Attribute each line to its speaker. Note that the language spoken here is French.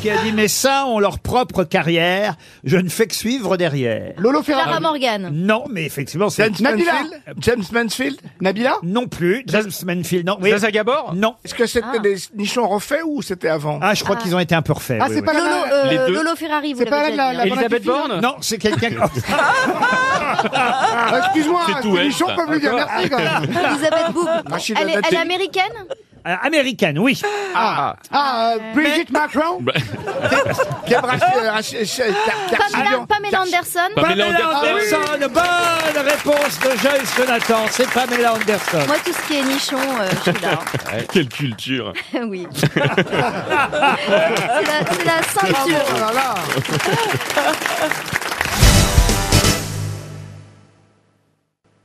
Speaker 1: qui a dit mais ça ont leur propre carrière, je ne fais que suivre derrière.
Speaker 2: Lolo
Speaker 3: Sarah
Speaker 2: Ferrari.
Speaker 3: Morgan.
Speaker 1: Non, mais effectivement, c'est
Speaker 2: James
Speaker 1: Nabila.
Speaker 2: Mansfield James Mansfield Nabila
Speaker 1: Non plus. James Manfield, non. oui.
Speaker 4: Zaza Gabor
Speaker 1: Non.
Speaker 2: Est-ce que c'était
Speaker 3: Ah.
Speaker 2: des nichons refaits ou c'était avant
Speaker 1: Ah, je crois
Speaker 3: Ah.
Speaker 1: qu'ils ont été un peu refaits.
Speaker 2: Ah,
Speaker 1: oui,
Speaker 2: c'est
Speaker 1: oui.
Speaker 2: pas
Speaker 3: Lolo,
Speaker 2: la-
Speaker 3: euh,
Speaker 4: Les deux.
Speaker 3: Lolo Ferrari, vous
Speaker 2: C'est pas
Speaker 3: l'avez
Speaker 2: la-
Speaker 3: déjà dit,
Speaker 2: la-
Speaker 3: hein.
Speaker 2: la-
Speaker 4: Elisabeth
Speaker 2: Pendant
Speaker 4: Borne
Speaker 1: Non, c'est quelqu'un.
Speaker 2: Ah, Excuse-moi,
Speaker 5: C'est tout,
Speaker 2: les
Speaker 5: hein,
Speaker 2: nichons
Speaker 5: ça.
Speaker 2: peuvent lui dire merci quand même.
Speaker 3: hein. Elisabeth Boub.
Speaker 2: Rachida
Speaker 3: Elle est, elle
Speaker 2: Dati.
Speaker 3: est américaine
Speaker 1: Euh, américaine, oui.
Speaker 2: Ah, ah euh, Brigitte Macron
Speaker 5: Bah,
Speaker 2: Qui a brassé, euh, Rach- euh, Car- Car-
Speaker 3: Pamela,
Speaker 2: Car-
Speaker 3: Pamela Anderson
Speaker 2: Bah.
Speaker 5: Pamela Anderson.
Speaker 1: Anderson, bonne réponse de Joyce Jonathan. C'est Pamela Anderson.
Speaker 3: Moi, tout ce qui est nichon, euh, je suis là.
Speaker 5: Ah
Speaker 3: hein.
Speaker 5: Quelle culture
Speaker 3: oui. c'est la, c'est la
Speaker 2: Ah, bon,
Speaker 3: ceinture.
Speaker 2: oh là là.